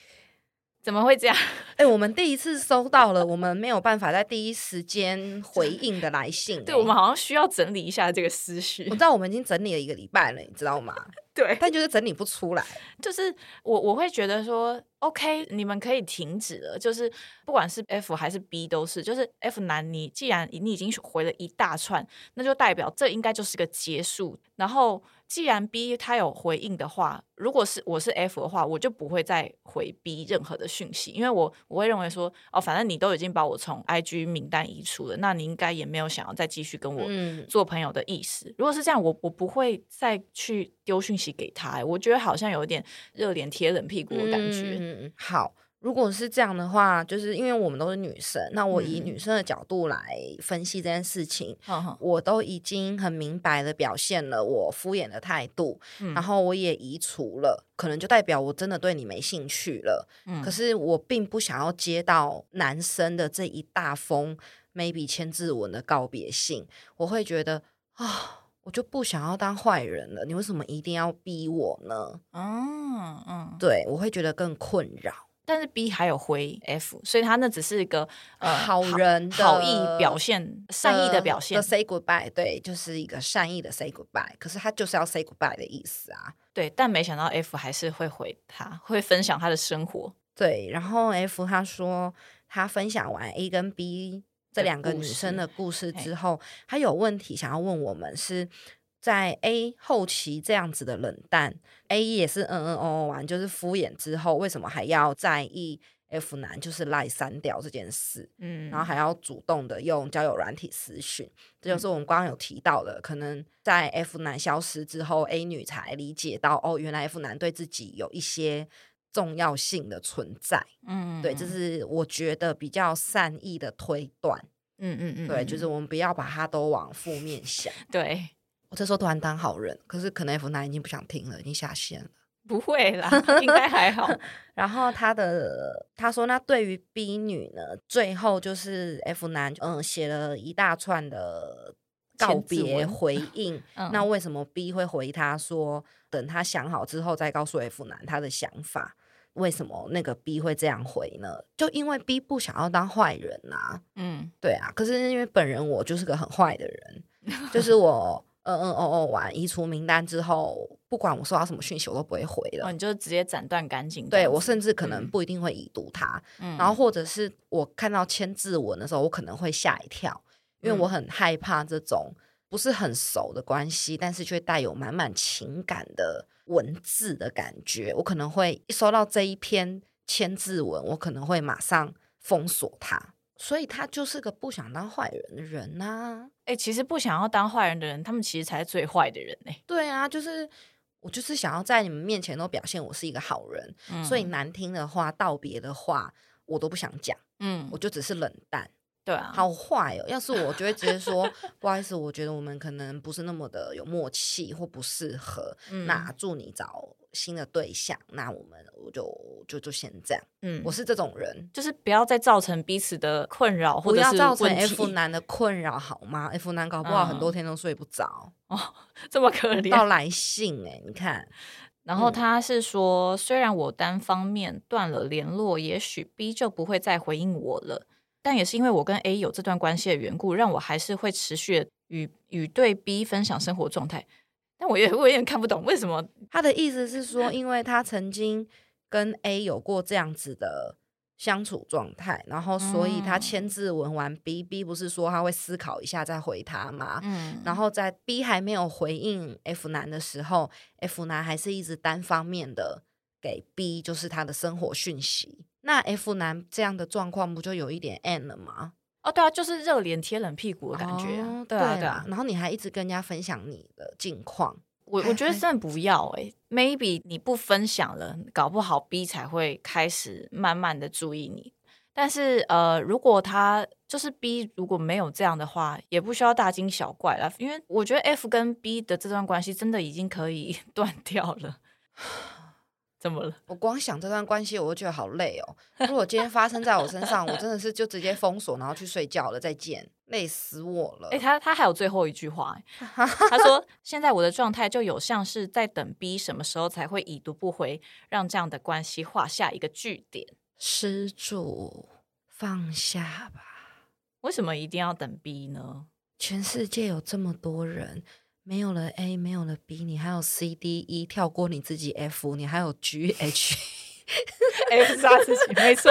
[SPEAKER 1] 怎么会这样？
[SPEAKER 2] 哎、我们第一次收到了，我们没有办法在第一时间回应的来信、
[SPEAKER 1] 对我们
[SPEAKER 2] 好，
[SPEAKER 1] 好像需要整理一下这个思绪
[SPEAKER 2] 我知。道我们已经整理了一个礼拜了，你知道吗？
[SPEAKER 1] 对，
[SPEAKER 2] 但就是整理不出来。
[SPEAKER 1] 就是我我会觉得说，OK，你们可以停止了。就是不管是 F 还是 B 都是，就是 F 男，你既然你已经回了一大串，那就代表这应该就是个结束。然后既然 B 他有回应的话，如果是我是 F 的话，我就不会再回 B 任何的讯息，因为我我会认为说，哦，反正你都已经把我从 IG 名单移除了，那你应该也没有想要再继续跟我
[SPEAKER 2] 嗯，
[SPEAKER 1] 做朋友的意思。如果是这样，我我不会再去丢讯息给他、欸我觉得好像有点热脸贴冷屁股的感觉。
[SPEAKER 2] 嗯嗯嗯嗯好，如果是这样的话，就是因为我们都是女生，那我以
[SPEAKER 1] 嗯
[SPEAKER 2] 女生的角度来分析这件事情，
[SPEAKER 1] 哼哼
[SPEAKER 2] 我都已经很明白的表现了我敷衍的态度，
[SPEAKER 1] 嗯
[SPEAKER 2] 然后我也移除了，可能就代表我真的对你没兴趣了。
[SPEAKER 1] 嗯
[SPEAKER 2] 可是我并不想要接到男生的这一大封 maybe 千字文的告别信，我会觉得啊、我就不想要当坏人了，你为什么一定要逼我呢？
[SPEAKER 1] 嗯嗯，
[SPEAKER 2] 对我会觉得更困扰。
[SPEAKER 1] 但是 B 还有回 F，所以他那只是一个呃
[SPEAKER 2] 好人的
[SPEAKER 1] 好意表现、善意的表现
[SPEAKER 2] 呃的。say goodbye，对，就是一个善意的 say goodbye，可是他就是要 say goodbye 的意思啊。
[SPEAKER 1] 对，但没想到 F 还是会回他，会分享他的生活。
[SPEAKER 2] 对，然后 F 他说他分享完 A 跟 B 这
[SPEAKER 1] 的
[SPEAKER 2] 两个
[SPEAKER 1] 故
[SPEAKER 2] 女生
[SPEAKER 1] 事
[SPEAKER 2] 的故事
[SPEAKER 1] 嘿
[SPEAKER 2] 之后，他有问题想要问我们是。在 A 后期这样子的冷淡，A 也是嗯嗯哦哦完，就是敷衍之后，为什么还要在意 F 男就是赖删掉这件事？
[SPEAKER 1] 嗯，
[SPEAKER 2] 然后还要主动的用交友软体私讯，这
[SPEAKER 1] 嗯
[SPEAKER 2] 就是我们刚刚有提到的，可能在 F 男消失之后，A 女才理解到哦，原来 F 男对自己有一些重要性的存在。
[SPEAKER 1] 嗯，
[SPEAKER 2] 对，这是我觉得比较善意的推断。
[SPEAKER 1] 嗯嗯嗯，
[SPEAKER 2] 对，就是
[SPEAKER 1] 嗯
[SPEAKER 2] 我们不要把它都往负面想。
[SPEAKER 1] 对，
[SPEAKER 2] 我这时候突然当好人，可是可能 F 男已经不想听了，已经下线了。
[SPEAKER 1] 不会啦，应该还 好。
[SPEAKER 2] 然后他的他说，那对于 B 女呢，最后就是 F 男嗯写了一大串的告
[SPEAKER 1] 千字
[SPEAKER 2] 别
[SPEAKER 1] 文
[SPEAKER 2] 回应，
[SPEAKER 1] 嗯
[SPEAKER 2] 那为什么 B 会回他说等他想好之后再告诉 F 男他的想法？为什么那个 B 会这样回呢？就因为 B 不想要当坏人啊，
[SPEAKER 1] 嗯
[SPEAKER 2] 对啊。可是因为本人我就是个很坏的 人，就是我嗯嗯哦哦完移除名单之后，不管我收到什么讯息我都不会回
[SPEAKER 1] 哦，
[SPEAKER 2] 的。
[SPEAKER 1] 你就直接斩断干净这
[SPEAKER 2] 对
[SPEAKER 1] 样
[SPEAKER 2] 我
[SPEAKER 1] 子
[SPEAKER 2] 甚至可能
[SPEAKER 1] 嗯
[SPEAKER 2] 不一定会已读他，
[SPEAKER 1] 嗯
[SPEAKER 2] 然后或者是我看到千字文的时候，我可能会吓一跳，因为我
[SPEAKER 1] 嗯
[SPEAKER 2] 很害怕这种不是很熟的关系，但是却带有满满情感的文字的感觉。我可能会一收到这一篇千字文，我可能会马上封锁他。所以他就是个不想当坏人的人呐、
[SPEAKER 1] 哎、其实不想要当坏人的人，他们其实才是最坏的人呢、
[SPEAKER 2] 对啊，就是我就是想要在你们面前都表现我是一个好人，
[SPEAKER 1] 嗯
[SPEAKER 2] 所以，难听的话、道别的话，我都不想讲，
[SPEAKER 1] 嗯
[SPEAKER 2] 我，就只是冷淡。
[SPEAKER 1] 对啊，，
[SPEAKER 2] 好坏哦！要是我就会直接说， 不好意思，我觉得我们可能不是那么的有默契或不适合。
[SPEAKER 1] 嗯
[SPEAKER 2] 那祝你找新的对象，那我们我就就就先这样。
[SPEAKER 1] 嗯，
[SPEAKER 2] 我是这种人，
[SPEAKER 1] 就是不要再造成彼此的困扰或
[SPEAKER 2] 不
[SPEAKER 1] 者
[SPEAKER 2] 要
[SPEAKER 1] 是
[SPEAKER 2] 造成
[SPEAKER 1] 问题
[SPEAKER 2] F 男的困扰好吗？F 男搞不好很多
[SPEAKER 1] 嗯
[SPEAKER 2] 天都睡不着，
[SPEAKER 1] 这么可怜。
[SPEAKER 2] 到来信哎、你看，
[SPEAKER 1] 然后
[SPEAKER 2] 嗯
[SPEAKER 1] 他是说，虽然我单方面断了联络，也许 B 就不会再回应我了，但也是因为我跟 A 有这段关系的缘故，让我还是会持续地与与对 B 分享生活状态。但我也我有点看不懂为什么，
[SPEAKER 2] 他的意思是说，因为他曾经跟 A 有过这样子的相处状态，然后所以他
[SPEAKER 1] 嗯
[SPEAKER 2] 签字文完 B，B 不是说他会思考一下再回他吗？
[SPEAKER 1] 嗯，
[SPEAKER 2] 然
[SPEAKER 1] 后
[SPEAKER 2] 后在 B 还没有回应 F 男的时候，F 男还是一直单方面的给 B 就是他的生活讯息。那 F 男这样的状况不就有一点 N 了吗？
[SPEAKER 1] 哦，对啊，就是热脸贴冷屁股的感觉啊，
[SPEAKER 2] 哦
[SPEAKER 1] 对啊，对啊
[SPEAKER 2] 啦，然后你还一直跟人家分享你的近况，
[SPEAKER 1] 我
[SPEAKER 2] 还
[SPEAKER 1] 我觉得
[SPEAKER 2] 还
[SPEAKER 1] 真的不要哎、m a y b e 你不分享了，搞不好 B 才会开始慢慢的注意你。但是呃，如果他就是 B 如果没有这样的话，也不需要大惊小怪啦，因为我觉得 F 跟 B 的这段关系真的已经可以 断掉了。 怎么了？
[SPEAKER 2] 我光想这段关系，我就觉得好累哦。如果今天发生在我身上，我真的是就直接封锁，然后去睡觉了，再见，累死我了。
[SPEAKER 1] 哎、他他还有最后一句话欸、他说：“现在我的状态就有像是在等 B 什么时候才会已读不回，让这样的关系画下一个句点。
[SPEAKER 2] 施主放下吧，
[SPEAKER 1] 为什么一定要等 B 呢？”
[SPEAKER 2] 全世界有这么多人，没有了 A，没有了 B，你还有 C、D、E，跳过你自己 F，你还有 G、H，
[SPEAKER 1] F 杀自己，没错。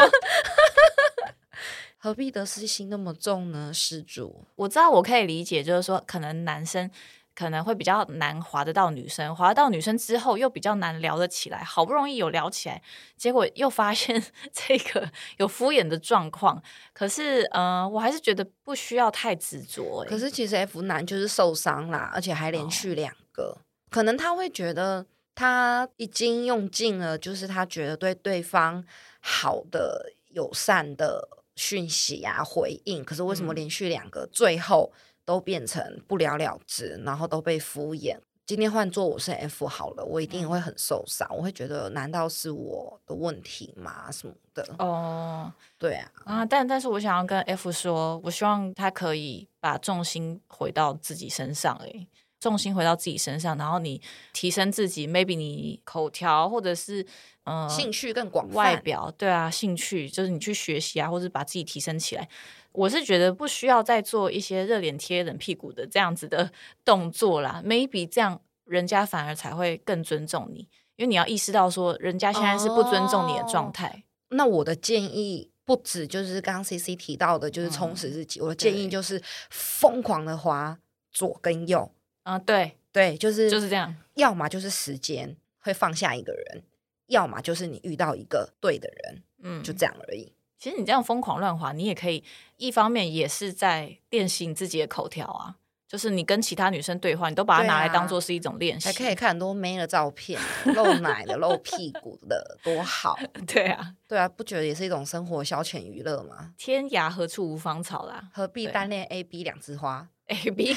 [SPEAKER 2] 何必得失心那么重呢？施主，
[SPEAKER 1] 我知道，我可以理解，就是说，可能男生可能会比较难划得到女生，划得到女生之后又比较难聊得起来，好不容易有聊起来，结果又发现 这个有敷衍的状况。可是，呃，我还是觉得不需要太执着、欸。
[SPEAKER 2] 可，是其实 F 男就是受伤啦，而且还连
[SPEAKER 1] 哦
[SPEAKER 2] 续两个，可能他会觉得他已经用尽了，就是他觉得对对方好的、友善的讯息啊回应，可是为什么
[SPEAKER 1] 嗯
[SPEAKER 2] 连续两个最后都变成不了了之，然后都被敷衍？今天换做我是 F 好了，我一定
[SPEAKER 1] 嗯
[SPEAKER 2] 会很受伤，我会觉得难道是我的问题吗？什么的，
[SPEAKER 1] 哦
[SPEAKER 2] 对啊，
[SPEAKER 1] 啊，但但是我想要跟 F 说，我希望他可以把重心回到自己身上、欸，重心回到自己身上，然后你提升自己，maybe 你口条或者是嗯、呃
[SPEAKER 2] 兴趣更广泛，
[SPEAKER 1] 外表，对啊，兴趣就是你去学习啊，或者把自己提升起来。我是觉得不需要再做一些热脸贴冷屁股的这样子的 动作啦，maybe 这样人家反而才会更尊重你，因为你要意识到说人家现在是不尊重你的
[SPEAKER 2] 哦
[SPEAKER 1] 状态。
[SPEAKER 2] 那我的建议不止就是刚刚 C C 提到的，就是充实自己。我的建议
[SPEAKER 1] 嗯对
[SPEAKER 2] 就是疯狂的滑左跟右，
[SPEAKER 1] 啊、对，
[SPEAKER 2] 对，就是
[SPEAKER 1] 就是这样。
[SPEAKER 2] 要么就是时间会放下一个人，要么就是你遇到一个对的人，
[SPEAKER 1] 嗯，
[SPEAKER 2] 就这样而已。
[SPEAKER 1] 其实你这样疯狂乱滑，你也可以一方面也是在练习你自己的口条啊，就是你跟其他女生对话，你都把它
[SPEAKER 2] 对
[SPEAKER 1] 拿来
[SPEAKER 2] 啊
[SPEAKER 1] 当做是一种练习，
[SPEAKER 2] 还可以看很多妹的照片，露奶的、露屁股的，多 好！
[SPEAKER 1] 对啊，
[SPEAKER 2] 对啊，不觉得也是一种生活消遣娱乐吗？
[SPEAKER 1] 天涯何处无芳草 啦
[SPEAKER 2] 何必
[SPEAKER 1] 对
[SPEAKER 2] 单恋 A B 两 枝花
[SPEAKER 1] ，A B，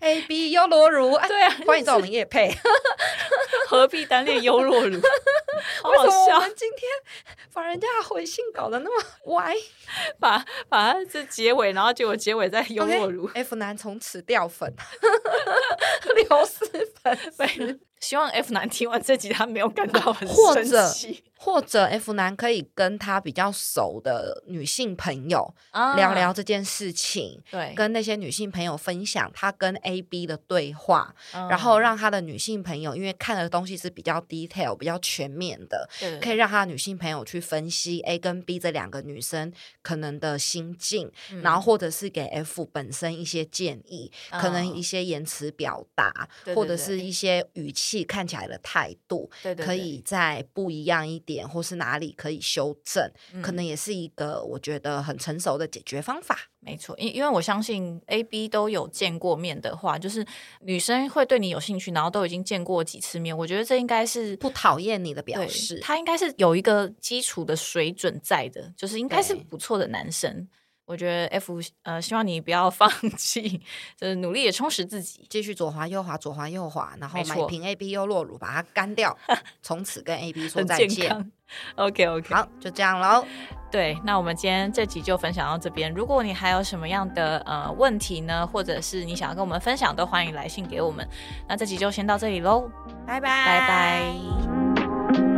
[SPEAKER 2] ？A B 优罗如，哎
[SPEAKER 1] 对啊，
[SPEAKER 2] 欢迎找我们叶配。
[SPEAKER 1] 何必单恋优若乳， 好
[SPEAKER 2] 为
[SPEAKER 1] 好
[SPEAKER 2] 什么我
[SPEAKER 1] 笑
[SPEAKER 2] 们，今天把人家的回信搞得 那么歪
[SPEAKER 1] 把把它这结尾，然后结果结尾在优若 乳。
[SPEAKER 2] ？OK，F 男从此 掉粉，流失粉丝，
[SPEAKER 1] 希望 F 男听完这集，他没有感到很
[SPEAKER 2] 或
[SPEAKER 1] 生
[SPEAKER 2] 者
[SPEAKER 1] 气
[SPEAKER 2] 或者 F 男可以跟他比较熟的女性朋友
[SPEAKER 1] 啊
[SPEAKER 2] 聊聊这件事情。
[SPEAKER 1] 对，
[SPEAKER 2] 跟那些女性朋友分享他跟 A B 的对话，
[SPEAKER 1] 嗯
[SPEAKER 2] 然后让他的女性朋友，因为看的东西是比较 detail、比较全面的，
[SPEAKER 1] 对对
[SPEAKER 2] 可以让他的女性朋友去分析 A 跟 B 这两个女生可能的心境，
[SPEAKER 1] 嗯
[SPEAKER 2] 然后或者是给 F 本身一些建议，可能
[SPEAKER 1] 嗯
[SPEAKER 2] 一些言辞表达，
[SPEAKER 1] 对
[SPEAKER 2] 或
[SPEAKER 1] 对
[SPEAKER 2] 者
[SPEAKER 1] 对
[SPEAKER 2] 是一些语气看起来的态度，
[SPEAKER 1] 对对
[SPEAKER 2] 可
[SPEAKER 1] 对
[SPEAKER 2] 以再不一样一点，或是哪里可以修正，可
[SPEAKER 1] 嗯
[SPEAKER 2] 能也是一个我觉得很成熟的解决方法。
[SPEAKER 1] 没错，因因为我相信 A、B 都有见过面的话，就是女生会对你有兴趣，然后都已经见过几次面，我觉得这应该是
[SPEAKER 2] 不讨厌你的表
[SPEAKER 1] 对
[SPEAKER 2] 示，
[SPEAKER 1] 他应该是有一个基础的水准在的，就是应该是
[SPEAKER 2] 对
[SPEAKER 1] 不错的男生。我觉得 F 呃，希望你不要 放弃，就是努力的充实自己。
[SPEAKER 2] 继续左滑右滑，左滑右滑，然后
[SPEAKER 1] 没
[SPEAKER 2] 买
[SPEAKER 1] 错
[SPEAKER 2] 瓶 A B 优洛乳，把它干掉， 从此跟 A B 说
[SPEAKER 1] 很
[SPEAKER 2] 再
[SPEAKER 1] 健
[SPEAKER 2] 见。
[SPEAKER 1] 康，OK OK，
[SPEAKER 2] 好，就这样 喽。
[SPEAKER 1] 对，那我们今天这集就分享到这边。如果你还有什么样的呃问题呢，或者是你想要跟我们分享，都欢迎来信给我们。那这集就先到这里喽，
[SPEAKER 2] 拜拜，
[SPEAKER 1] 拜拜。